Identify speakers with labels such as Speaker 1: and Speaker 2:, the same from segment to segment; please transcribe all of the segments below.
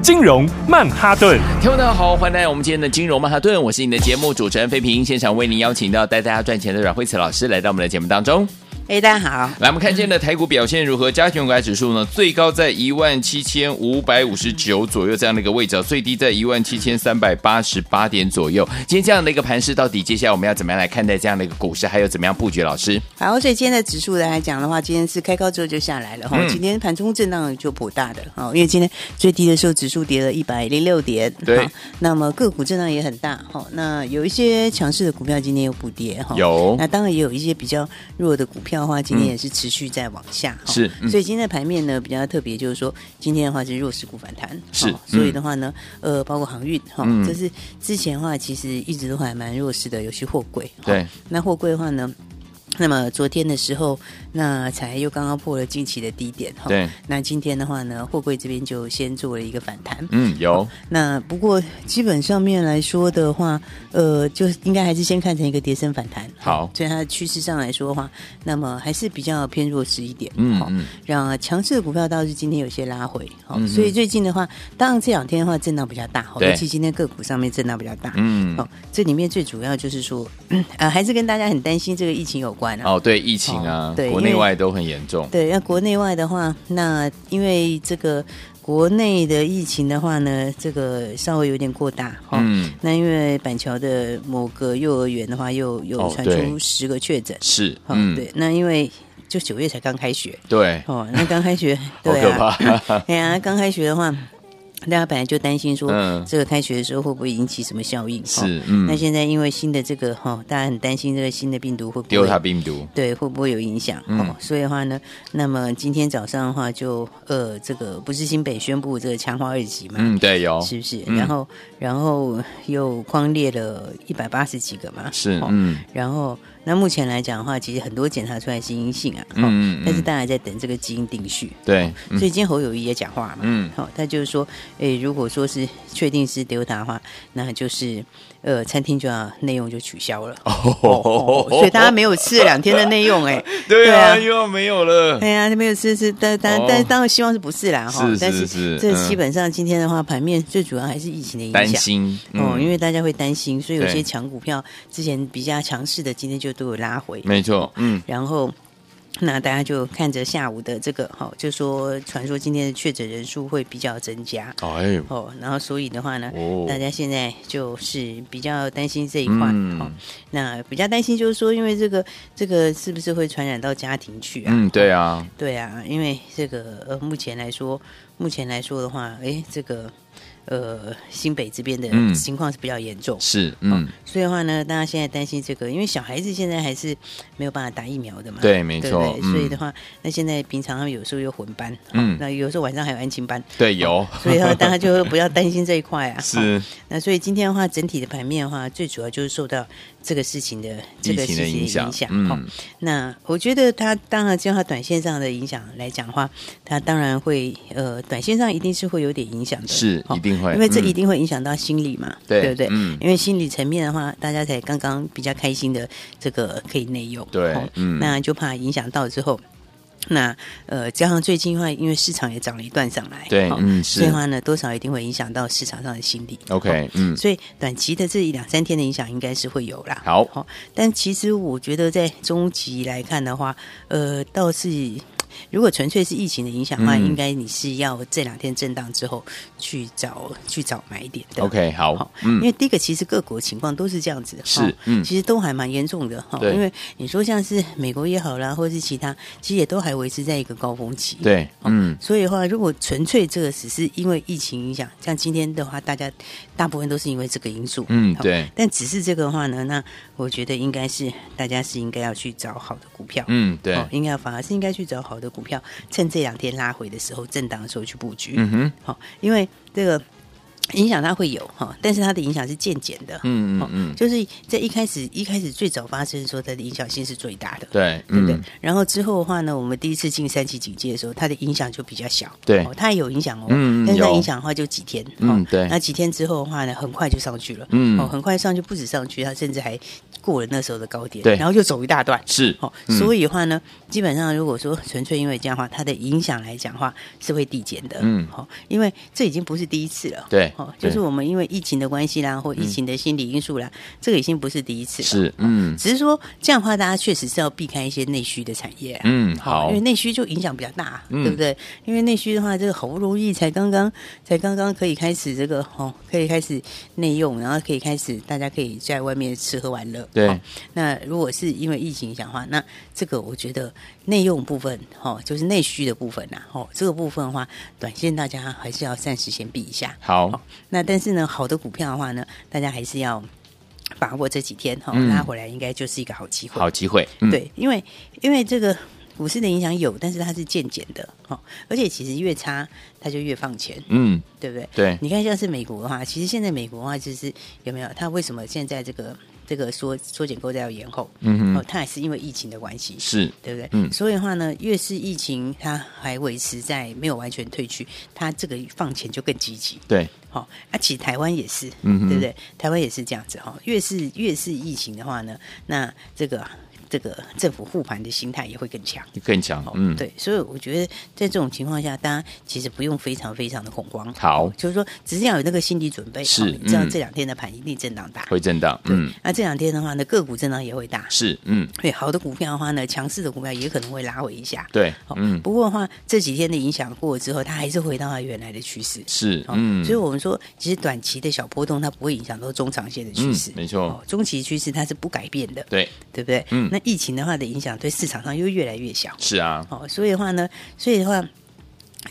Speaker 1: 金融曼哈顿。
Speaker 2: 听众朋友好，欢迎来到我们今天的金融曼哈顿，我是你的节目主持人费平，现场为您邀请到带大家赚钱的阮慧慈老师来到我们的节目当中。
Speaker 3: 哎，大家好，
Speaker 2: 来，我们看今天的台股表现如何？加权股价指数呢，最高在一万七千五百五十九左右这样的一个位置哦，最低在一万七千三百八十八点左右。今天这样的一个盘势，到底接下来我们要怎么样来看待这样的一个股市，还有怎么样布局？老师，
Speaker 3: 好，所以今天的指数来讲的话，今天是开高之后就下来了哈、
Speaker 2: 嗯
Speaker 3: 今天盘中震荡就颇大的哦，因为今天最低的时候指数跌了一百零六点，
Speaker 2: 对
Speaker 3: 好那么个股震荡也很大哈、那有一些强势的股票今天有补跌哈、
Speaker 2: 有嗯
Speaker 3: 那当然也有一些比较弱的股票的话，今天也是持续在往下。哈
Speaker 2: 是嗯
Speaker 3: 所以今天的盘面呢比较特别，就是说今天的话是弱势股反弹，
Speaker 2: 是
Speaker 3: 哦所以
Speaker 2: 嗯
Speaker 3: 的话呢，呃，包括航运哈
Speaker 2: 嗯，
Speaker 3: 这是之前的话其实一直都还蛮弱势的，尤其货柜。哈
Speaker 2: 对，
Speaker 3: 那货柜的话呢？那么昨天的时候，那才又刚刚破了近期的低点哈。
Speaker 2: 对。
Speaker 3: 那今天的话呢，货柜这边就先做了一个反弹。
Speaker 2: 嗯，有
Speaker 3: 那不过基本上面来说的话，呃，就应该还是先看成一个跌升反弹。
Speaker 2: 好
Speaker 3: 所以它的趋势上来说的话，那么还是比较偏弱势一点。
Speaker 2: 嗯
Speaker 3: 好
Speaker 2: 嗯
Speaker 3: 让强势的股票倒是今天有些拉回，好、
Speaker 2: 嗯哼
Speaker 3: 所以最近的话，当然这两天的话震荡比较大，好
Speaker 2: 对
Speaker 3: 尤其今天个股上面震荡比较大。
Speaker 2: 嗯，
Speaker 3: 哦，这里面最主要就是说，呃，还是跟大家很担心这个疫情有关啊。
Speaker 2: 哦，对，疫情啊
Speaker 3: 哦，对
Speaker 2: 国
Speaker 3: 因
Speaker 2: 内
Speaker 3: 为哦
Speaker 2: 外都很严重，
Speaker 3: 对，那国内外的话，那因为这个国内的疫情的话呢，这个稍微有点过大哈。
Speaker 2: 嗯，
Speaker 3: 那因为板桥的某个幼儿园的话，又又
Speaker 2: 哦
Speaker 3: 传
Speaker 2: 对
Speaker 3: 出十个确诊，
Speaker 2: 是，
Speaker 3: 哈
Speaker 2: 嗯，
Speaker 3: 哦对，那因为就九月才刚开学，
Speaker 2: 对，
Speaker 3: 哦，那刚 开学，
Speaker 2: 好
Speaker 3: 对
Speaker 2: 可
Speaker 3: 啊，
Speaker 2: 怕，
Speaker 3: 哎呀，刚开学的话，大家本来就担心说，
Speaker 2: 嗯
Speaker 3: 这个开学的时候会不会引起什么效应？哈
Speaker 2: 是嗯
Speaker 3: 哦那现在因为新的这个哈、大家很担心这个新的病毒会不
Speaker 2: 丢
Speaker 3: 会
Speaker 2: 他病毒，
Speaker 3: 对，会不会有影响？
Speaker 2: 嗯
Speaker 3: 哦，所以的话呢，那么今天早上的话就，呃，这个不是新北宣布这个强化二级嘛，
Speaker 2: 嗯，对，有，
Speaker 3: 是不是？
Speaker 2: 嗯
Speaker 3: 然后，然后又框列了一百八十几个嘛，
Speaker 2: 是，
Speaker 3: 哦
Speaker 2: 嗯
Speaker 3: 然后，那目前来讲的话，其实很多检查出来是阴性啊，哦
Speaker 2: 嗯嗯
Speaker 3: 但是
Speaker 2: 嗯，
Speaker 3: 大家在等这个基因定序，
Speaker 2: 对，嗯
Speaker 3: 所以今天侯友谊也讲话嘛，
Speaker 2: 嗯
Speaker 3: 好、他就是说，诶，如果说是确定是 Delta 的话，那就是呃，餐厅就要内用就取消了， 哦所以大家没有吃了两天的内用、诶，哎，
Speaker 2: 对啊，
Speaker 3: 对啊
Speaker 2: 又要没有了
Speaker 3: 哎。呀，没有吃是，但但
Speaker 2: 哦
Speaker 3: 但当然希望是不是啦哈，
Speaker 2: 是是
Speaker 3: 但
Speaker 2: 是
Speaker 3: 这
Speaker 2: 嗯
Speaker 3: 基本上今天的话，盘面最主要还是疫情的影
Speaker 2: 担
Speaker 3: 响。
Speaker 2: 心嗯
Speaker 3: 哦，因
Speaker 2: 为
Speaker 3: 为大家会担心，所以有
Speaker 2: 对
Speaker 3: 些强股票之前比较强势的，今天就都有拉回。
Speaker 2: 没错，嗯，
Speaker 3: 然后。那大家就看着下午的这个，哦，就说传说今天的确诊人数会比较增加，
Speaker 2: 哎呦，
Speaker 3: 哦，然后所以的话呢，
Speaker 2: 哦
Speaker 3: 大家现在就是比较担心这一块、
Speaker 2: 嗯
Speaker 3: 哦。那比较担心就是说，因为这个这个是不是会传染到家庭去啊？
Speaker 2: 嗯，对啊，
Speaker 3: 对啊，因为这个呃，目前来说，目前来说的话，诶，这个呃，新北这边的
Speaker 2: 嗯
Speaker 3: 情况是比较严重。
Speaker 2: 是，嗯，
Speaker 3: 所以的话呢，大家现在担心这个，因为小孩子现在还是没有办法打疫苗的嘛。
Speaker 2: 对没
Speaker 3: 对
Speaker 2: 错
Speaker 3: 不对
Speaker 2: 嗯
Speaker 3: 所以的话，那现在平常他们有时候又混班，
Speaker 2: 嗯
Speaker 3: 哦那有时候晚上还有安亲班，
Speaker 2: 对，有，
Speaker 3: 哦 所以的话 大家就不要担心这一块啊。哦
Speaker 2: 是，
Speaker 3: 那所以今天的话，整体的盘面的话，最主要就是受到这个事情的这
Speaker 2: 疫
Speaker 3: 个事
Speaker 2: 情的
Speaker 3: 情
Speaker 2: 影响
Speaker 3: 影响。
Speaker 2: 嗯
Speaker 3: 哦那我觉得它当然就它短线上的影响来讲的话，它当然会呃，短线上一定是会有点影响的，
Speaker 2: 是
Speaker 3: 哦
Speaker 2: 一定会
Speaker 3: 因为这
Speaker 2: 嗯
Speaker 3: 一定会影响到心理嘛，
Speaker 2: 对
Speaker 3: 不对？
Speaker 2: 嗯
Speaker 3: 因为心理层面的话，大家才刚刚比较开心的这个可以内用，
Speaker 2: 对
Speaker 3: 哦
Speaker 2: 嗯
Speaker 3: 那就怕影响到之后。那呃，加上最近的话，因为市场也涨了一段上来，
Speaker 2: 对
Speaker 3: 哦
Speaker 2: 嗯
Speaker 3: 所以
Speaker 2: 是
Speaker 3: 的话呢，多少一定会影响到市场上的心理。
Speaker 2: ，OK，嗯，
Speaker 3: 所以短期的这一两三天的影响应该是会有啦。
Speaker 2: 好
Speaker 3: 好，但其实我觉得在中期来看的话，呃，倒是。如果纯粹是疫情的影响的话，
Speaker 2: 嗯
Speaker 3: 应该你是要这两天震荡之后去找去找买点的。
Speaker 2: ，OK，好
Speaker 3: 好，，哦
Speaker 2: 嗯，
Speaker 3: 因为第一个其实各国情况都是这样子，
Speaker 2: 是
Speaker 3: 哦
Speaker 2: 嗯
Speaker 3: 其实都还蛮严重的哈。
Speaker 2: 对
Speaker 3: 因为你说像是美国也好啦，或是其他，其实也都还维持在一个高峰期。
Speaker 2: 对，
Speaker 3: 哦
Speaker 2: 嗯，
Speaker 3: 所以的话，如果纯粹这个只是因为疫情影响，像今天的话，大家大部分都是因为这个因素。
Speaker 2: 嗯
Speaker 3: 好
Speaker 2: 对
Speaker 3: 但只是这个的话呢，那我觉得应该是大家是应该要去找好的股票。
Speaker 2: 嗯，对，
Speaker 3: 哦，应该反而是应该去找好的股
Speaker 2: 嗯
Speaker 3: 票，趁这两天拉回的时候、震荡的时候去布局。
Speaker 2: 嗯哼，
Speaker 3: 好、因为这个影响它会有哈，但是它的影响是渐渐的，
Speaker 2: 嗯
Speaker 3: 哦
Speaker 2: 嗯嗯，
Speaker 3: 就是在一开始一开始最早发生的时候，它的影响性是最大的，
Speaker 2: 对，
Speaker 3: 对不对
Speaker 2: 嗯？
Speaker 3: 然后之后的话呢，我们第一次进三级警戒的时候，它的影响就比较小，
Speaker 2: 对
Speaker 3: 哦它也有影响哦，
Speaker 2: 嗯嗯
Speaker 3: 但是它
Speaker 2: 有
Speaker 3: 影响的话就几天，哦
Speaker 2: 嗯对
Speaker 3: 那几天之后的话呢，很快就上去了，
Speaker 2: 嗯
Speaker 3: 哦，很快上去，不止上去，它甚至还过了那时候的高点，
Speaker 2: 对
Speaker 3: 然后又走一大段，
Speaker 2: 是
Speaker 3: 哦，，
Speaker 2: 嗯
Speaker 3: 所以的话呢，基本上如果说纯粹因为这样的话，它的影响来讲的话是会递减的，
Speaker 2: 嗯
Speaker 3: 好、因为这已经不是第一次了，
Speaker 2: 对
Speaker 3: 哦，
Speaker 2: 对嗯
Speaker 3: 就是我们因为疫情的关系啦，或疫情的心理因素啦，这个已经不是第一次了，，
Speaker 2: 是，嗯
Speaker 3: 只是说这样的话，大家确实是要避开一些内需的产业、啊，
Speaker 2: 嗯，
Speaker 3: 哦
Speaker 2: 好
Speaker 3: 因为，内需就影响比较大，
Speaker 2: 嗯
Speaker 3: 对不对？因为内需的话，这个好不容易才刚刚才刚刚可以开始这个哦，可以开始内用，然后可以开始大家可以在外面吃喝玩乐。
Speaker 2: 对
Speaker 3: 哦那如果是因为疫情影响的话，那这个我觉得内用部分哦，就是内需的部分呐、哦，这个部分的话，短线大家还是要暂时先避一下。
Speaker 2: 好，
Speaker 3: 哦那但是呢，好的股票的话呢，大家还是要把握这几天哈、哦
Speaker 2: 嗯
Speaker 3: 拉回来应该就是一个好机会。
Speaker 2: 好机会，嗯，
Speaker 3: 对，因为因为这个股市的影响有，但是它是渐减的哦，而且其实越差它就越放钱，
Speaker 2: 嗯，
Speaker 3: 对不对？
Speaker 2: 对
Speaker 3: 你看像是美国的话，其实现在美国的话就是有没有？它为什么现在这个这个缩缩减购债要延后？
Speaker 2: 嗯
Speaker 3: 哦
Speaker 2: 哼，，
Speaker 3: 它也是因为疫情的关系。
Speaker 2: 是，
Speaker 3: 对不对？
Speaker 2: 嗯
Speaker 3: 所以的话呢，越是疫情它还维持在没有完全退去，它这个放钱就更积极。
Speaker 2: 对，
Speaker 3: 好、哦，啊，其实台湾也是，
Speaker 2: 嗯哼
Speaker 3: 对不对？台湾也是这样子哈、越是越是疫情的话呢，那这个这个政府护盘的心态也会更强。
Speaker 2: 更强
Speaker 3: 哦，，
Speaker 2: 嗯，，
Speaker 3: 对，所以我觉得在这种情况下，大家其实不用非常非常的恐慌，
Speaker 2: 好，
Speaker 3: 就是说只是要有那个心理准备，
Speaker 2: 是
Speaker 3: 哦你知道
Speaker 2: 嗯
Speaker 3: 这两天的盘一定震荡大，
Speaker 2: 会震荡，
Speaker 3: 对
Speaker 2: 嗯，，
Speaker 3: 那这两天的话呢，个股震荡也会大，
Speaker 2: 是，嗯，
Speaker 3: 对，好的股票的话呢，强势的股票也可能会拉回一下，
Speaker 2: 对
Speaker 3: 哦，
Speaker 2: 嗯，
Speaker 3: 不过的话，这几天的影响过了之后，它还是回到它原来的趋势，
Speaker 2: 是，
Speaker 3: 哦
Speaker 2: 嗯，
Speaker 3: 所以我们说，其实短期的小波动它不会影响到中长线的趋势，
Speaker 2: 嗯没错
Speaker 3: 哦中期趋势它是不改变的，
Speaker 2: 对，
Speaker 3: 对不对？
Speaker 2: 嗯
Speaker 3: 那疫情的话的影响对市场上又越来越小，
Speaker 2: 是啊，
Speaker 3: 哦，所以的话呢，所以的话。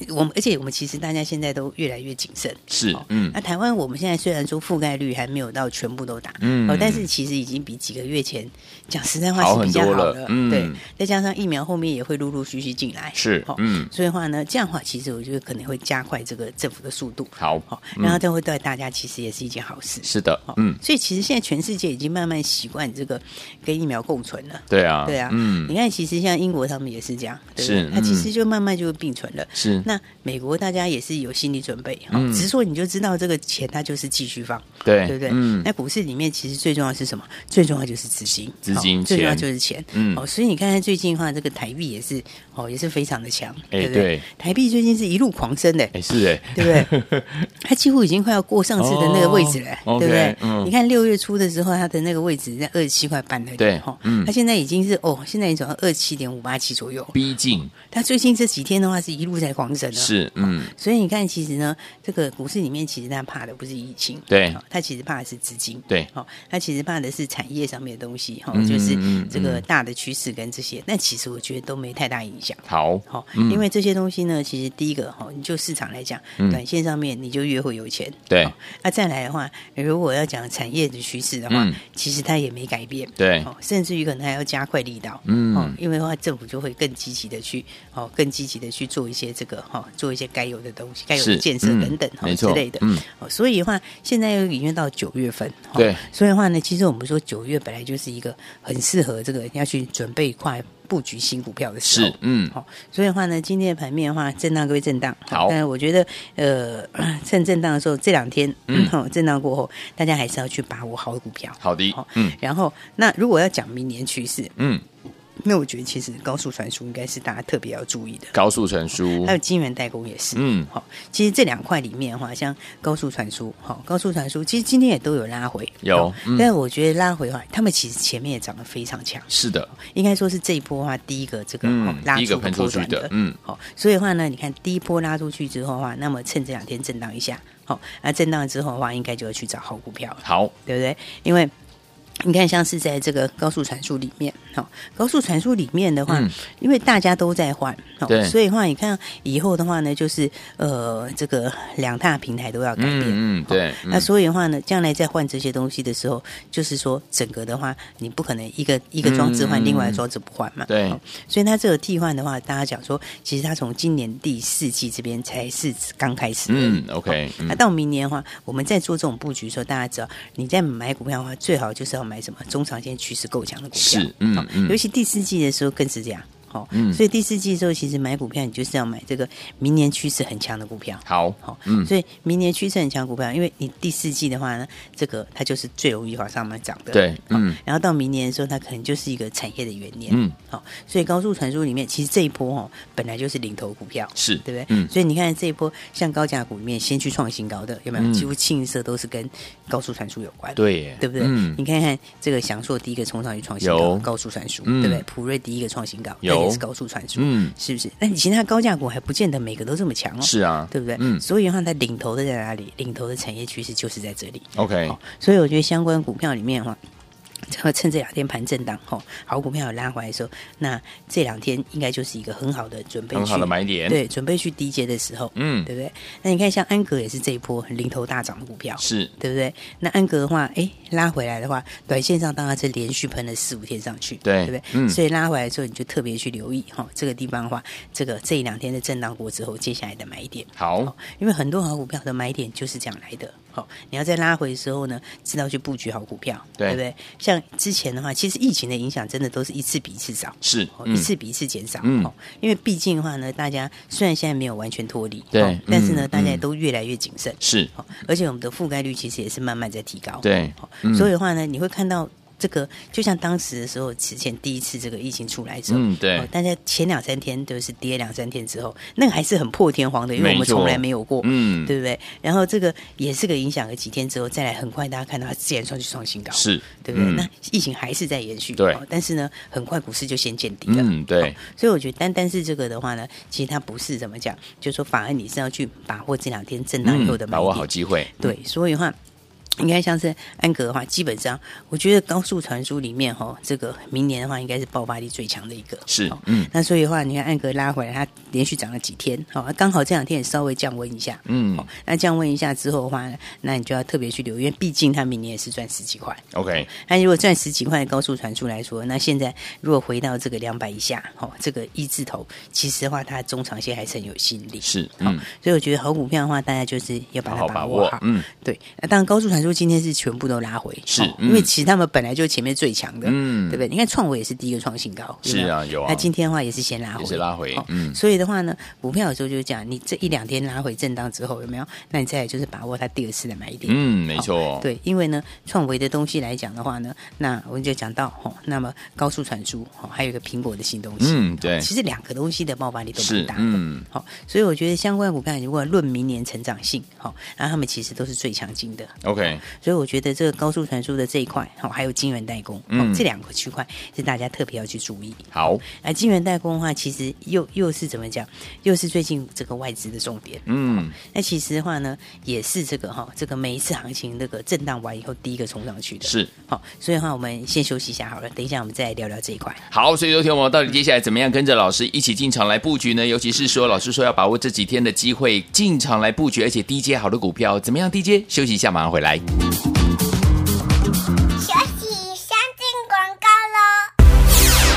Speaker 3: 我们而且我们其实大家现在都越来越谨慎，
Speaker 2: 是
Speaker 3: 哦，
Speaker 2: 嗯
Speaker 3: 那，台湾我们现在虽然说覆盖率还没有到全部都打，
Speaker 2: 嗯
Speaker 3: 哦，但是其实已经比几个月前讲实在话
Speaker 2: 好
Speaker 3: 是比较
Speaker 2: 很
Speaker 3: 好
Speaker 2: 多了
Speaker 3: 了，
Speaker 2: 嗯
Speaker 3: 对，再加上疫苗后面也会陆陆续续进来，
Speaker 2: 是
Speaker 3: 哦，
Speaker 2: 嗯
Speaker 3: 所以的话呢，这样的话其实我觉得可能会加快这个政府的速度，
Speaker 2: 好
Speaker 3: 好，，
Speaker 2: 嗯
Speaker 3: 然后这会对大家其实也是一件好事，
Speaker 2: 是的
Speaker 3: 好，，
Speaker 2: 嗯，
Speaker 3: 所以其实现在全世界已经慢慢习惯这个跟疫苗共存了。
Speaker 2: 对啊，
Speaker 3: 对啊，
Speaker 2: 嗯
Speaker 3: 你，看，其实像英国他们也是这样，对不
Speaker 2: 是
Speaker 3: 对？它其
Speaker 2: 嗯
Speaker 3: 实就慢慢就并存了。
Speaker 2: 是，
Speaker 3: 那美国大家也是有心理准备，哦
Speaker 2: 嗯
Speaker 3: 只是说你就知道这个钱它就是继续放，
Speaker 2: 对，
Speaker 3: 对不对？哎
Speaker 2: 嗯，
Speaker 3: 那股市里面其实最重要的是什么？最重要就是资金，
Speaker 2: 资金
Speaker 3: 哦最重要
Speaker 2: 钱
Speaker 3: 就是钱，
Speaker 2: 嗯
Speaker 3: 哦，所以你看看最近的话，这个台币也是哦，也是非常的强，
Speaker 2: 哎
Speaker 3: 对不对？
Speaker 2: 对
Speaker 3: 台币最近是一路狂升的，
Speaker 2: 哎，是哎，
Speaker 3: 对不对？它几乎已经快要过上次的那个位置了，
Speaker 2: 哦
Speaker 3: 对
Speaker 2: OK，
Speaker 3: 不对？
Speaker 2: 嗯
Speaker 3: 你看六月初的时候，它的那个位置在二十七块半那里，
Speaker 2: 对
Speaker 3: 哦
Speaker 2: 嗯
Speaker 3: 它现在已经是哦，现在已经走到二七点五八七左右。
Speaker 2: 逼近，
Speaker 3: 它最近这几天的话，是一路在狂升的，
Speaker 2: 是，嗯，
Speaker 3: 所以你看，其实呢，这个股市里面其实它怕的不是疫情，
Speaker 2: 对
Speaker 3: 哦它其实怕的是资金，
Speaker 2: 对
Speaker 3: 哦，它其实怕的是产业上面的东西，哈、哦
Speaker 2: 嗯
Speaker 3: 就是
Speaker 2: 嗯嗯
Speaker 3: 这个大的趋势跟这些，但其实我觉得都没太大影响。
Speaker 2: 好，
Speaker 3: 好，
Speaker 2: 嗯
Speaker 3: 因为这些东西呢，其实第一个哈，你就市场来讲，短线上面你就越会有钱。
Speaker 2: 对
Speaker 3: 好那再来的话，如果要讲产业的趋势的话
Speaker 2: 嗯，
Speaker 3: 其实它也没改变。
Speaker 2: 对
Speaker 3: 哦，甚至于可能还要加快力道。
Speaker 2: 嗯
Speaker 3: 哦，因为的话政府就会更积极的去，哦，更积极的去做一些这个哈，做一些该有的东西，该有的
Speaker 2: 是
Speaker 3: 建设
Speaker 2: 嗯
Speaker 3: 等等哈
Speaker 2: 没
Speaker 3: 之
Speaker 2: 错
Speaker 3: 类的。
Speaker 2: 嗯
Speaker 3: 哦，所以的话，现在又已经到九月份。哦
Speaker 2: 对，
Speaker 3: 所以的话呢，其实我们说九月本来就是一个很适合这个要去准备快布局新股票的时候
Speaker 2: 是。，嗯，
Speaker 3: 好、所以的话呢，今天的盘面的话，震荡归震荡，
Speaker 2: 好
Speaker 3: 但我觉得呃，趁震荡的时候，这两天，
Speaker 2: 嗯
Speaker 3: 好、震荡过后，大家还是要去把握好股票。
Speaker 2: 好的
Speaker 3: 好，
Speaker 2: 嗯
Speaker 3: 然后，那如果要讲明年趋势，
Speaker 2: 嗯，
Speaker 3: 那我觉得其实高速传输应该是大家特别要注意的，
Speaker 2: 高速传输
Speaker 3: 还，有晶圆代工也是。
Speaker 2: 嗯，
Speaker 3: 好、其实这两块里面的话，像高速传输，好、高速传输其实今天也都有拉回，
Speaker 2: 有
Speaker 3: 好
Speaker 2: 嗯
Speaker 3: 但我觉得拉回的话，他们其实前面也涨得非常强，
Speaker 2: 是的，
Speaker 3: 应该说是这一波的话，第一个这个、
Speaker 2: 嗯
Speaker 3: 哦、拉
Speaker 2: 第一个
Speaker 3: 出
Speaker 2: 喷
Speaker 3: 波
Speaker 2: 出去
Speaker 3: 段
Speaker 2: 的
Speaker 3: 的，
Speaker 2: 嗯，
Speaker 3: 好、所以的话呢，你看第一波拉出去之后的话，那么趁这两天啊震荡一下，好、那震荡之后的话，应该就要去找好股票了，
Speaker 2: 好，
Speaker 3: 对不对？因为你看，像是在这个高速传输里面，好、高速传输里面的话，
Speaker 2: 嗯
Speaker 3: 因为大家都在换，好、
Speaker 2: 对
Speaker 3: 所以的话，你看以后的话呢，就是呃，这个两大平台都要改变，
Speaker 2: 嗯嗯，对，
Speaker 3: 那
Speaker 2: 嗯
Speaker 3: 所以的话呢，将来在换这些东西的时候，就是说整个的话，你不可能一个一个装置换，
Speaker 2: 嗯
Speaker 3: 另外一个装置不换嘛。
Speaker 2: 对
Speaker 3: 哦所以它这个替换的话，大家讲说，其实它从今年第四季这边才是刚开始。
Speaker 2: 嗯。，OK，
Speaker 3: 那、
Speaker 2: 嗯，
Speaker 3: 到明年的话，我们在做这种布局的时候，大家知道，你在买股票的话，最好就是要买什么中长线趋势够强的股票。哦
Speaker 2: 是，嗯嗯
Speaker 3: 尤，其第四季的时候更是这样。好、
Speaker 2: 嗯
Speaker 3: 所以第四季的时候，其实买股票你就是要买这个明年趋势很强的股票。
Speaker 2: 好
Speaker 3: 好、，
Speaker 2: 嗯，
Speaker 3: 所以明年趋势很强股票，因为你第四季的话呢，这个它就是最容易往上面涨的。
Speaker 2: 对
Speaker 3: 好
Speaker 2: 嗯
Speaker 3: 然后到明年的时候，它可能就是一个产业的元年。
Speaker 2: 嗯，
Speaker 3: 好、所以高速传输里面，其实这一波哦，本来就是领头股票，
Speaker 2: 是
Speaker 3: 对不对？
Speaker 2: 嗯
Speaker 3: 所以你看这一波，像高价股里面先去创新高的，有没有？
Speaker 2: 嗯
Speaker 3: 几乎清一色都是跟高速传输有关。。
Speaker 2: 对耶，
Speaker 3: 对不对？
Speaker 2: 嗯
Speaker 3: 你，看看这个翔硕第一个冲上去创新高
Speaker 2: 有，
Speaker 3: 高速传输，
Speaker 2: 嗯
Speaker 3: 对不对？普瑞第一个创新高，
Speaker 2: 有
Speaker 3: 那也是高速传输，
Speaker 2: 嗯
Speaker 3: 是不是？那你其他高价股还不见得每个都这么强哦，
Speaker 2: 是啊，
Speaker 3: 对不对？
Speaker 2: 嗯
Speaker 3: 所以的话，它领头的在哪里？领头的产业趋势就是在这里。
Speaker 2: ，OK，
Speaker 3: 哦，所以我觉得相关股票里面的话。这个趁这两天盘震荡吼，好股票有拉回来的时候，那这两天应该就是一个很好的准备去，
Speaker 2: 很好的买点，，
Speaker 3: 对，准备去低阶的时候，
Speaker 2: 嗯，
Speaker 3: 对不对？那你看像安格也是这一波零头大涨的股票，
Speaker 2: 是，
Speaker 3: 对不对？那安格的话，哎，拉回来的话，短线上当然是连续喷了四五天上去，
Speaker 2: 对
Speaker 3: 对不对？
Speaker 2: 嗯
Speaker 3: 所以拉回来之后，你就特别去留意哈、这个地方的话，这个这一两天的震荡过之后，接下来的买点。
Speaker 2: 好，
Speaker 3: 哦因为很多好股票的买点就是这样来的。好、你要在拉回的时候呢，知道去布局好股票，
Speaker 2: 对
Speaker 3: 不对？像之前的话，其实疫情的影响真的都是一次比一次少。
Speaker 2: 是
Speaker 3: 哦，
Speaker 2: 嗯
Speaker 3: 一，次比一次减少，
Speaker 2: 嗯
Speaker 3: 哦，因为毕竟的话呢，大家虽然现在没有完全脱离，
Speaker 2: 对
Speaker 3: 哦但是呢，
Speaker 2: 嗯
Speaker 3: 大家也
Speaker 2: 嗯
Speaker 3: 都越来越谨慎，
Speaker 2: 是，
Speaker 3: 哦，而且我们的覆盖率其实也是慢慢在提高，
Speaker 2: 对
Speaker 3: 哦
Speaker 2: 嗯
Speaker 3: 所以的话呢，你会看到这个，就像当时的时候，之前第一次这个疫情出来之后，
Speaker 2: 嗯对
Speaker 3: 哦大家前两三天都是跌两三天之后，那个还是很破天荒的，因为
Speaker 2: 没
Speaker 3: 我们
Speaker 2: 错
Speaker 3: 从来没有过，
Speaker 2: 嗯，
Speaker 3: 对不对？然后这个也是个影响了几天之后，再来很快大家看到它自然上去创新高，
Speaker 2: 是，
Speaker 3: 对不对？
Speaker 2: 嗯
Speaker 3: 那疫情还是在延续，
Speaker 2: 对
Speaker 3: 哦但是呢，很快股市就先见底了，哦
Speaker 2: 嗯，对，
Speaker 3: 所以我觉得单单是这个的话呢，其实它不是怎么讲，就是说反而你是要去把握这两天震荡以
Speaker 2: 嗯
Speaker 3: 后的，买
Speaker 2: 把握好
Speaker 3: 点。
Speaker 2: 机会，
Speaker 3: 对，所以的话。应该像是安格的话，基本上我觉得高速传输里面哈、这个明年的话应该是爆发力最强的一个。
Speaker 2: 是
Speaker 3: 哦，
Speaker 2: 嗯
Speaker 3: 那所以的话，你看安格拉回来，它连续涨了几天，好、哦，刚好这两天也稍微降温一下。哦
Speaker 2: 嗯
Speaker 3: 那降温一下之后的话呢，那你就要特别去留意，因为毕竟它明年也是赚十几块。
Speaker 2: ，OK，
Speaker 3: 那如果赚十几块的高速传输来说，那现在如果回到这个两百以下，哦，这个一字头，其实的话，它中长线还是很有吸引力。
Speaker 2: 是，
Speaker 3: 好
Speaker 2: 嗯，
Speaker 3: 所以我觉得好股票的话，大家就是要把
Speaker 2: 好
Speaker 3: 它
Speaker 2: 好把
Speaker 3: 握
Speaker 2: 握
Speaker 3: 好。，
Speaker 2: 嗯，
Speaker 3: 对，那当然高速传输今天是全部都拉回，
Speaker 2: 是
Speaker 3: 哦
Speaker 2: 嗯
Speaker 3: 因为其实他们本来就是前面最强的，
Speaker 2: 嗯
Speaker 3: 对不对？你看创维也是第一个创新高，有没
Speaker 2: 是
Speaker 3: 有。
Speaker 2: 啊，有啊
Speaker 3: 那，今天的话也是先拉回，
Speaker 2: 也是拉回
Speaker 3: 哦
Speaker 2: 嗯
Speaker 3: 所以的话呢，股票有时候就是讲，你这一两天拉回震荡之后，有没有？那你再来就是把握它第二次的买点，
Speaker 2: 嗯，没错，，
Speaker 3: 对，因为呢，创维的东西来讲的话呢，那我们就讲到吼、那么高速传输，吼、还有一个苹果的新东西，
Speaker 2: 嗯，对，
Speaker 3: 其实两个东西的爆发力都
Speaker 2: 是
Speaker 3: 蛮大，的。
Speaker 2: 嗯，
Speaker 3: 好、所以我觉得相关股票如果论明年成长性，好、那他们其实都是最强劲的。
Speaker 2: OK，
Speaker 3: 所以我觉得这个高速传输的这一块，好、还有晶圆代工，
Speaker 2: 嗯
Speaker 3: 哦这两个区块是大家特别要去注意。
Speaker 2: 好，
Speaker 3: 那晶圆代工的话，其实又又是怎么讲？又是最近这个外资的重点。
Speaker 2: 嗯，
Speaker 3: 那其实的话呢，也是这个哈、这个每一次行情那个震荡完以后，第一个冲上去的。
Speaker 2: 是。
Speaker 3: 好、所以的话，我们先休息一下好了，等一下我们再来聊聊这一块。
Speaker 2: 好，所以昨天我们到底接下来怎么样跟着老师一起进场来布局呢？尤其是说老师说要把握这几天的机会进场来布局，而且低阶好的股票怎么样低阶？休息一下，马上回来。
Speaker 4: 学习先进广告喽。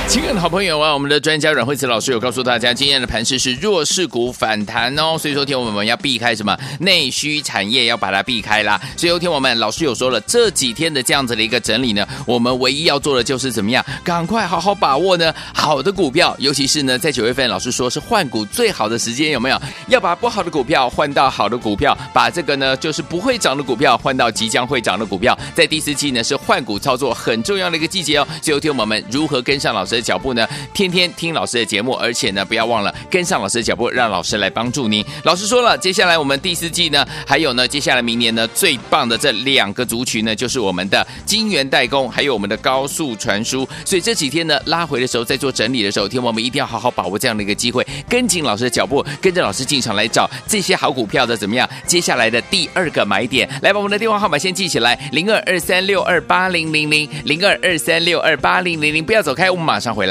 Speaker 2: 亲爱的好朋友啊，我们的专家阮慧慈老师有告诉大家，今天的盘势是弱势股反弹哦，所以说天我们要避开什么内需产业，要把它避开啦。所以有天我们老师有说了，这几天的这样子的一个整理呢，我们唯一要做的就是怎么样，赶快好好把握呢好的股票，尤其是呢在九月份，老师说是换股最好的时间，有没有？要把不好的股票换到好的股票，把这个呢就是不会涨的股票换到即将会涨的股票，在第四季呢是换股操作很重要的一个季节哦。所以有天我们如何跟上老师的脚步？呢？户呢，天天听老师的节目，而且呢，不要忘了跟上老师的脚步，让老师来帮助您。老师说了，接下来我们第四季呢，还有呢，接下来明年呢，最棒的这两个族群呢，就是我们的晶圆代工，还有我们的高速传输。所以这几天呢，拉回的时候，在做整理的时候，天我们一定要好好把握这样的一个机会，跟紧老师的脚步，跟着老师进场来找这些好股票的怎么样？接下来的第二个买点，来把我们的电话号码先记起来，零二二三六二八零零零，零二二三六二八零零零，不要走开，我们马上回来。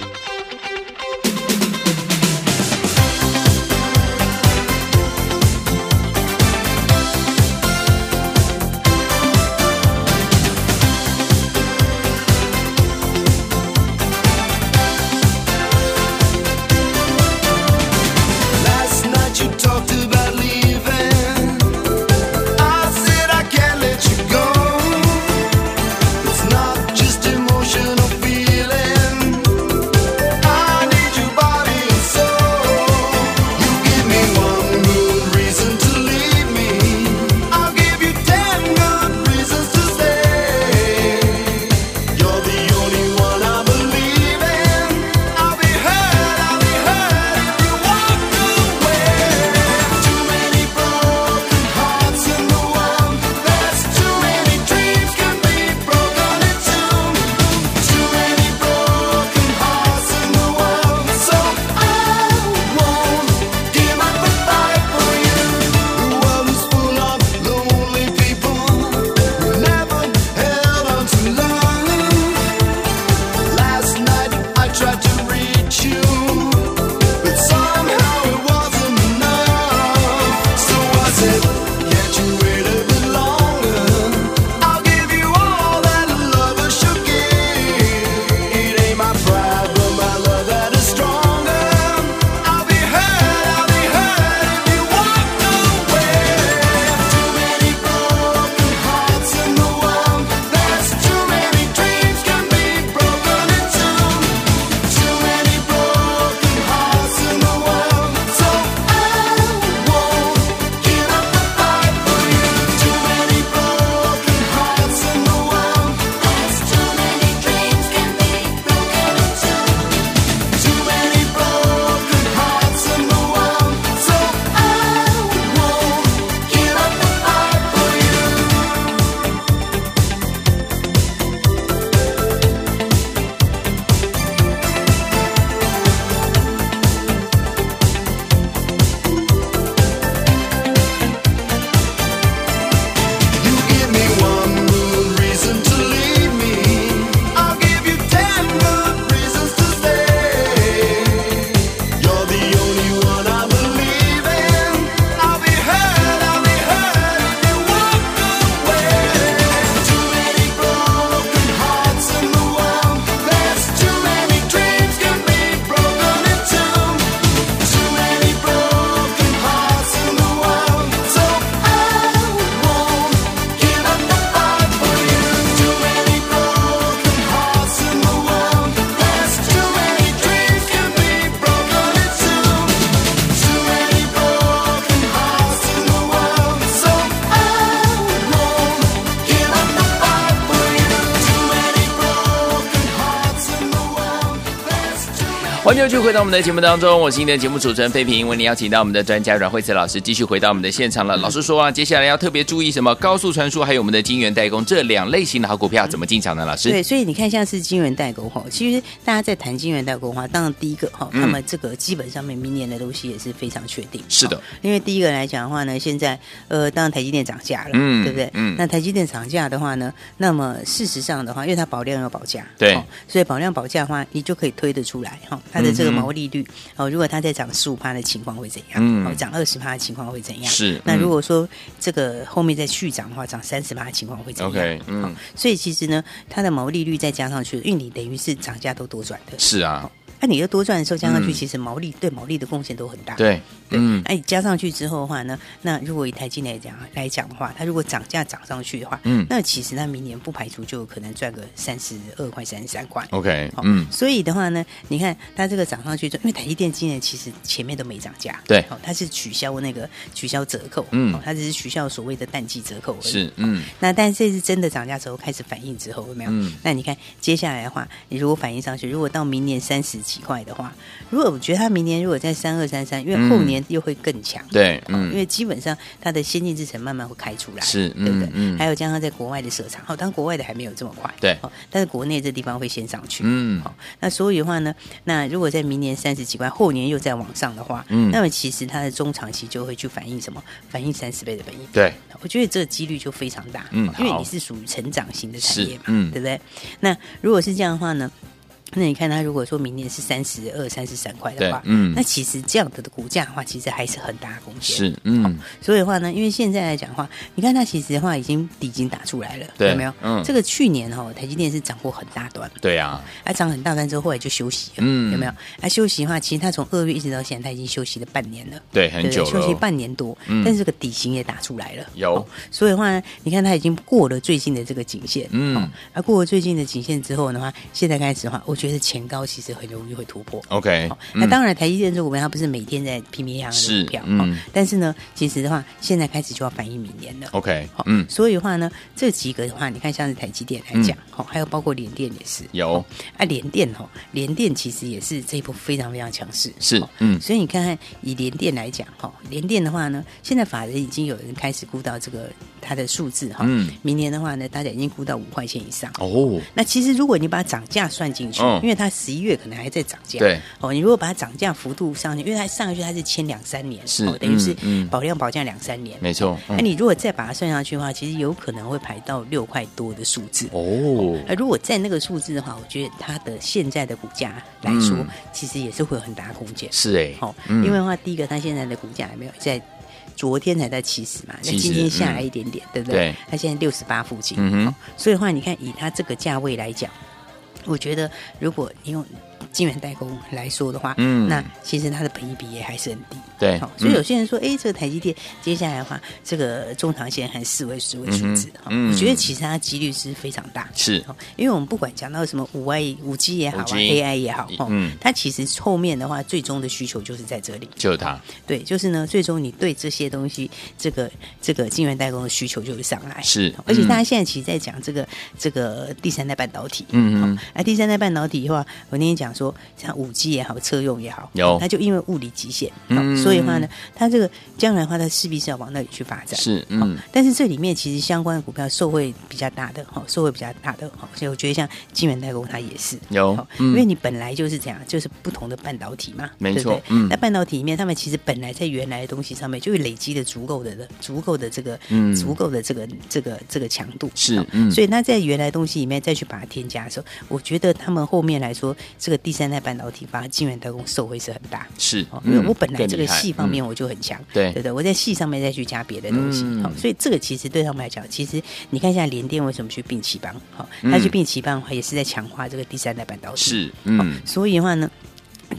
Speaker 5: Last night you talked about leaving. I said I can't let you go. It's not just emotional feeling.
Speaker 2: 欢迎继续回到我们的节目当中，我是今天的节目主持人费平，为您邀请到我们的专家阮慧慈老师继续回到我们的现场了。
Speaker 3: 嗯
Speaker 2: 老师说啊，接下来要特别注意什么？高速传输还有我们的金源代工这两类型的好股票怎么进场呢？老师，
Speaker 3: 对，所以你看，像是金源代工哈，其实大家在谈金源代工的话，当然第一个哈，
Speaker 2: 嗯
Speaker 3: 他们这个基本上面明年的东西也是非常确定。
Speaker 2: 是的
Speaker 3: 哦，因为第一个来讲的话呢，现在呃，当然台积电涨价了，
Speaker 2: 嗯
Speaker 3: 对不对？
Speaker 2: 嗯
Speaker 3: 那台积电涨价的话呢，那么事实上的话，因为它保量要保价，
Speaker 2: 对嗯
Speaker 3: 哦所以保量保价的话，你就可以推得出来哈、哦，它的这个毛利率、哦，如果它在涨十五趴的情况会怎样？
Speaker 2: 嗯
Speaker 3: 哦，涨二十趴的情况会怎样？
Speaker 2: 是
Speaker 3: 那
Speaker 2: 嗯
Speaker 3: 如果说这个后面再续涨的话，涨三十趴的情况会怎样
Speaker 2: OK，嗯
Speaker 3: 好所以其实呢，它的毛利率再加上去，因为你等于是涨价都多赚的，
Speaker 2: 是啊，
Speaker 3: 那、你要多赚的时候加上去，
Speaker 2: 嗯
Speaker 3: 其实毛利对毛利的贡献都很大。
Speaker 2: 对，
Speaker 3: 对，
Speaker 2: 嗯
Speaker 3: 嗯，，哎、你加上去之后的话呢，那如果以台积来讲来讲的话，它如果涨价涨上去的话，
Speaker 2: 嗯
Speaker 3: 那其实它明年不排除就有可能赚个三十二块、三十三块。
Speaker 2: OK，
Speaker 3: 好
Speaker 2: 嗯，
Speaker 3: 所以的话呢，你看它这个涨上去之后，因为台积电今年其实前面都没涨价，
Speaker 2: 对
Speaker 3: 好、它是取消那个取消折扣，
Speaker 2: 嗯
Speaker 3: 哦它只是取消所谓的淡季折扣而已。
Speaker 2: 是，嗯，
Speaker 3: 那但是这次真的涨价之后开始反应之后有没有？
Speaker 2: 嗯
Speaker 3: 那你看接下来的话，你如果反应上去，如果到明年三十几块的话，如果我觉得它明年如果在三二三三，因为后年又会更强。
Speaker 2: 对，
Speaker 3: 哦因
Speaker 2: 嗯，
Speaker 3: 为基本上它的先进制程慢慢会开出来，
Speaker 2: 是
Speaker 3: 对不对？
Speaker 2: 嗯嗯
Speaker 3: 还有加上在国外的设厂，好、当然国外的还没有这么快，
Speaker 2: 对
Speaker 3: 哦，但是国内这地方会先上去，
Speaker 2: 嗯
Speaker 3: 好、那所以的话呢，那如果在明年三十几块，后年又再往上的话，
Speaker 2: 嗯
Speaker 3: 那么其实它的中长期就会去反映什么？反映三十倍的本益比，
Speaker 2: 对，
Speaker 3: 我觉得这个几率就非常大，
Speaker 2: 嗯
Speaker 3: 因为
Speaker 2: 好
Speaker 3: 你是属于成长型的产业嘛
Speaker 2: 是，嗯
Speaker 3: 对不对？那如果是这样的话呢？那你看它，如果说明年是三十二、三十三块的话
Speaker 2: 对，嗯
Speaker 3: 那其实这样子的股价的话，其实还是很大的空间。，
Speaker 2: 是，嗯，
Speaker 3: 所以的话呢，因为现在来讲的话，你看它其实的话已经底已经打出来了，
Speaker 2: 对
Speaker 3: 有没有？
Speaker 2: 嗯
Speaker 3: 这个去年哈、哦，台积电是涨过很大段，
Speaker 2: 对啊，
Speaker 3: 啊，涨很大段之后，后来就休息了，
Speaker 2: 嗯
Speaker 3: 有没有？啊，休息的话，其实它从二月一直到现在，它已经休息了半年了。
Speaker 2: 对，很
Speaker 3: 对
Speaker 2: 久
Speaker 3: 不对休息
Speaker 2: 了，
Speaker 3: 半年多，
Speaker 2: 嗯
Speaker 3: 但是这个底型也打出来了，哦
Speaker 2: 有
Speaker 3: 所以的话，你看它已经过了最近的这个颈线，
Speaker 2: 嗯
Speaker 3: 哦，而过了最近的颈线之后的话，现在开始的话，我觉得前高其实很容易会突破。
Speaker 2: ，OK，
Speaker 3: 哦那
Speaker 2: 嗯
Speaker 3: 当然，台积电这个股票它不是每天在拼命样的
Speaker 2: 是
Speaker 3: 股票，
Speaker 2: 嗯
Speaker 3: 哦但是呢，其实的话，现在开始就要反映明年了。
Speaker 2: ，OK，
Speaker 3: 好
Speaker 2: 嗯，
Speaker 3: 所以的话呢，这几个的话，你看像是台积电来讲，
Speaker 2: 嗯
Speaker 3: 好、还有包括联电也是，
Speaker 2: 有，
Speaker 3: 啊，联电哦，联电其实也是这一波非常非常强势，
Speaker 2: 是
Speaker 3: 哦
Speaker 2: 嗯
Speaker 3: 所以你看看以联电来讲哈，联电的话呢，现在法人已经有人开始估到这个它的数字哈，
Speaker 2: 嗯
Speaker 3: 明年的话呢，大家已经估到五块钱以上。
Speaker 2: 哦，
Speaker 3: 那其实，如果你把涨价算进去，
Speaker 2: 嗯
Speaker 3: 因为它十一月可能还在涨价，
Speaker 2: 对
Speaker 3: 哦，你如果把它涨价幅度上去，因为它上个月它是签两三年，
Speaker 2: 是
Speaker 3: 哦、等于是
Speaker 2: 嗯嗯
Speaker 3: 保量保价两三年，
Speaker 2: 没错，
Speaker 3: 那、
Speaker 2: 嗯
Speaker 3: 你如果再把它算上去的话，其实有可能会排到六块多的数字。
Speaker 2: 哦，
Speaker 3: 呃而如果在那个数字的话，我觉得它的现在的股价来说，
Speaker 2: 嗯
Speaker 3: 其实也是会有很大的空间。
Speaker 2: 是哎，
Speaker 3: 好、
Speaker 2: 嗯
Speaker 3: 因为的话，第一个它现在的股价还没有在。昨天才在七十嘛，那
Speaker 2: 70
Speaker 3: 今天下来一点点，对不对
Speaker 2: 嗯对？
Speaker 3: 它现在六十八附近，
Speaker 2: 嗯哼
Speaker 3: 好所以的话，你看以它这个价位来讲，我觉得如果你用金源代工来说的话，
Speaker 2: 嗯
Speaker 3: 那其实它的本益比也还是很低，
Speaker 2: 对
Speaker 3: 好、所以
Speaker 2: 嗯
Speaker 3: 有些人说，哎、这个台积电接下来的话，这个中长线还四位十位数字，哈、
Speaker 2: 嗯
Speaker 3: 我觉得其实它几率是非常大，
Speaker 2: 是
Speaker 3: 好因为我们不管讲到什么五 I 五 G 也好啊
Speaker 2: 5G
Speaker 3: ，AI 也好，哦
Speaker 2: 嗯
Speaker 3: 它其实后面的话，最终的需求就是在这里。
Speaker 2: 就是它，
Speaker 3: 对，就是呢，最终你对这些东西，这个这个晶圆代工的需求就会上来。
Speaker 2: 是
Speaker 3: 而且
Speaker 2: 嗯
Speaker 3: 大家现在其实在讲这个这个第三代半导体，
Speaker 2: 嗯嗯
Speaker 3: 好，那第三代半导体的话，我那天讲说，像五 G 也好，车用也好，
Speaker 2: 有
Speaker 3: 它就因为物理极限，好
Speaker 2: 嗯
Speaker 3: 所以的话呢，它这个将来的话，它势必是要往那里去发展。
Speaker 2: 是，
Speaker 3: 好
Speaker 2: 嗯，
Speaker 3: 但是这里面其实相关的股票受惠比较大的，哈，受惠比较大的，哈，所以我觉得像金源代工它也是
Speaker 2: 有
Speaker 3: 好
Speaker 2: 嗯
Speaker 3: 因为你本来就是这样，就是不同的半导体嘛，
Speaker 2: 没
Speaker 3: 对不
Speaker 2: 错
Speaker 3: 对
Speaker 2: 嗯
Speaker 3: 那半导体里面，他们其实本来在原来的东西上面就累积了足够的、足够的这个、
Speaker 2: 嗯
Speaker 3: 足够的这个、这个、这个强度，
Speaker 2: 是
Speaker 3: 好
Speaker 2: 嗯
Speaker 3: 所以那在原来东西里面再去把它添加的时候，我觉得他们后面来说，这个第三代半导体发晶圆代工受惠是很大。
Speaker 2: 是
Speaker 3: 哦，因为我本来
Speaker 2: 嗯更
Speaker 3: 这个
Speaker 2: 厉害
Speaker 3: 戏方面
Speaker 2: 嗯
Speaker 3: 我就很强，
Speaker 2: 对
Speaker 3: 对不对？我在戏上面再去加别的东西，
Speaker 2: 嗯
Speaker 3: 好、所以这个其实对他们来讲，其实你看一下联电为什么去并旗邦，好、他去
Speaker 2: 嗯
Speaker 3: 并旗邦的话，也是在强化这个第三代半导体，
Speaker 2: 是，
Speaker 3: 好
Speaker 2: 嗯，
Speaker 3: 所以的话呢。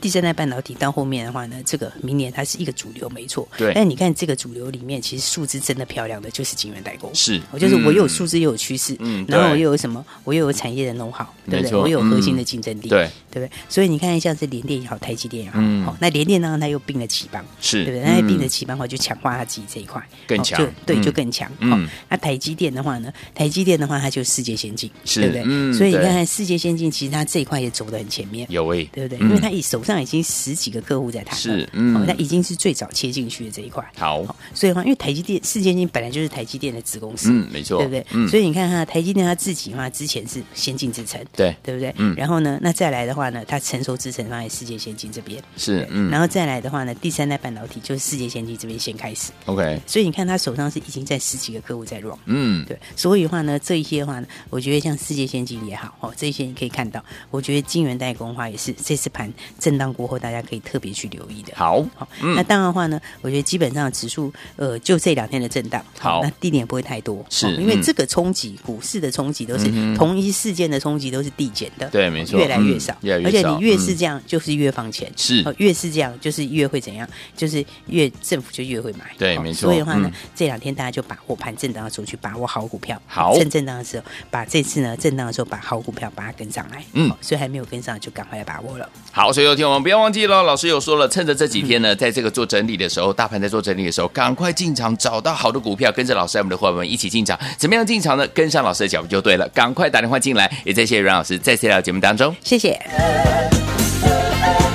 Speaker 3: 第三代半导体到后面的话呢，这个明年它是一个主流，没错。
Speaker 2: 对
Speaker 3: 但你看这个主流里面，其实数字真的漂亮的就是晶圆代工。
Speaker 2: 是
Speaker 3: 我就是我有
Speaker 2: 嗯
Speaker 3: 数字又有趋势，
Speaker 2: 嗯
Speaker 3: 然后我
Speaker 2: 对
Speaker 3: 又有什么？我又有产业的弄好，
Speaker 2: 没
Speaker 3: 对不对？
Speaker 2: 错
Speaker 3: 我有核心
Speaker 2: 嗯
Speaker 3: 的竞争力，
Speaker 2: 对，
Speaker 3: 对不对？所以你看，像是联电也好，台积电也好，
Speaker 2: 嗯
Speaker 3: 好、那联电当然它又并了旗邦，
Speaker 2: 是，
Speaker 3: 对不对？那它并了
Speaker 2: 嗯
Speaker 3: 旗邦的话，就强化它自己这一块，
Speaker 2: 更
Speaker 3: 哦
Speaker 2: 强
Speaker 3: 就对，
Speaker 2: 嗯
Speaker 3: 就更强。
Speaker 2: 嗯
Speaker 3: 哦那台积电的话呢，台积电的话，它就是世界先进，
Speaker 2: 是
Speaker 3: 对不对？
Speaker 2: 嗯
Speaker 3: 所以你看
Speaker 2: 对
Speaker 3: 看世界先进，其实它这一块也走得很前面。
Speaker 2: 有诶，
Speaker 3: 对不对？
Speaker 2: 嗯
Speaker 3: 因为他以手上已经十几个客户在谈了，
Speaker 2: 是嗯
Speaker 3: 哦那已经是最早切进去的这一块。
Speaker 2: 好，
Speaker 3: 所以的话，因为台积电世界金本来就是台积电的子公司，
Speaker 2: 嗯，没错，
Speaker 3: 对不对？
Speaker 2: 嗯，
Speaker 3: 所以你看哈，台积电它自己的话，之前是先进制程，
Speaker 2: 对
Speaker 3: 对不对？
Speaker 2: 嗯
Speaker 3: 然后呢，那再来的话呢，它成熟制程放在世界先进这边，
Speaker 2: 是
Speaker 3: 对
Speaker 2: 嗯
Speaker 3: 然后再来的话呢，第三代半导体就是世界先进这边先开始。
Speaker 2: ，OK，
Speaker 3: 所以你看，它手上是已经在十几个客户在 run。
Speaker 2: 嗯，
Speaker 3: 对，所以的话呢，这一些的话呢，我觉得像世界先进也好，哦，这一些你可以看到，我觉得晶圆代工的话也是这次盘震荡过后，大家可以特别去留意的。
Speaker 2: 好，
Speaker 3: 好，
Speaker 2: 嗯
Speaker 3: 那当然的话呢，我觉得基本上指数呃，就这两天的震荡，
Speaker 2: 好
Speaker 3: 那地点也不会太多，
Speaker 2: 是
Speaker 3: 哦因为
Speaker 2: 嗯
Speaker 3: 这个冲击，股市的冲击都是、
Speaker 2: 嗯哼
Speaker 3: 同一事件的冲击都是递减的，
Speaker 2: 对没错
Speaker 3: 越来越少，
Speaker 2: 嗯越来越
Speaker 3: 而且
Speaker 2: 少
Speaker 3: 你越是这样，就是越放钱，
Speaker 2: 是
Speaker 3: 哦越是这样，就是越会怎样，就是越政府就越会买，
Speaker 2: 对
Speaker 3: 哦
Speaker 2: 没错
Speaker 3: 所以的话呢，
Speaker 2: 嗯
Speaker 3: 这两天大家就把握盘震荡的时候去把握好股票，
Speaker 2: 好
Speaker 3: 趁震荡的时候，把这次呢震荡的时候把好股票把它跟上来，
Speaker 2: 嗯
Speaker 3: 哦所以还没有跟上就赶快来把握了。
Speaker 2: 好，所以有听我们不要忘记喽。老师有说了，趁着这几
Speaker 3: 嗯
Speaker 2: 天呢，在这个做整理的时候，大盘在做整理的时候，赶快进场，找到好的股票，跟着老师和我们的伙伴们一起进场。怎么样进场呢？跟上老师的脚步就对了。赶快打电话进来，也再谢谢阮老师再次来到节目当中。
Speaker 3: 谢谢。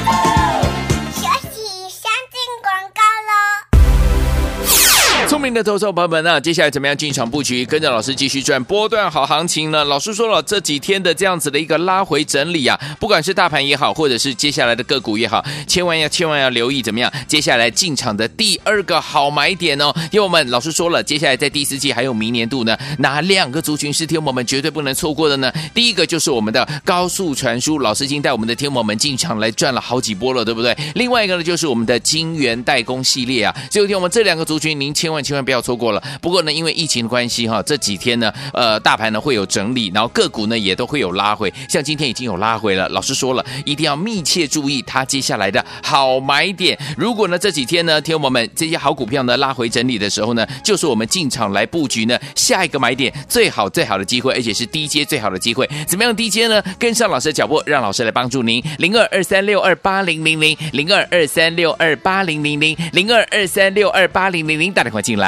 Speaker 4: 学习先进广告喽。
Speaker 2: 聪明的投资者朋友们呢、接下来怎么样进场布局，跟着老师继续赚波段好行情呢？老师说了，这几天的这样子的一个拉回整理啊，不管是大盘也好，或者是接下来的个股也好，千万要千万要留意怎么样，接下来进场的第二个好买点哦。因为我们老师说了，接下来在第四季还有明年度呢，哪两个族群是天我们绝对不能错过的呢？第一个就是我们的高速传输，老师已经带我们的天我们进场来赚了好几波了，对不对？另外一个呢，就是我们的金源代工系列啊，所以有天我们这两个族群您千万千万不要错过了。不过呢，因为疫情的关系哈，这几天呢，呃，大盘呢会有整理，然后个股呢也都会有拉回，像今天已经有拉回了。老师说了，一定要密切注意它接下来的好买点。如果呢这几天呢，天友们这些好股票呢拉回整理的时候呢，就是我们进场来布局呢下一个买点最好最好的机会，而且是低阶最好的机会。怎么样低阶呢？跟上老师的脚步，让老师来帮助您。零二二三六二八零零零，零二二三六二八零零零，零二二三六二八零零零，打电话进来。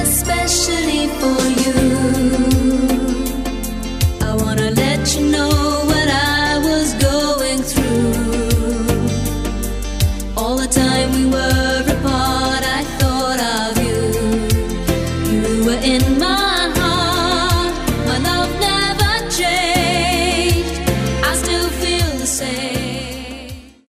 Speaker 6: especially for you. I wanna let you know what I was going through. All the time we were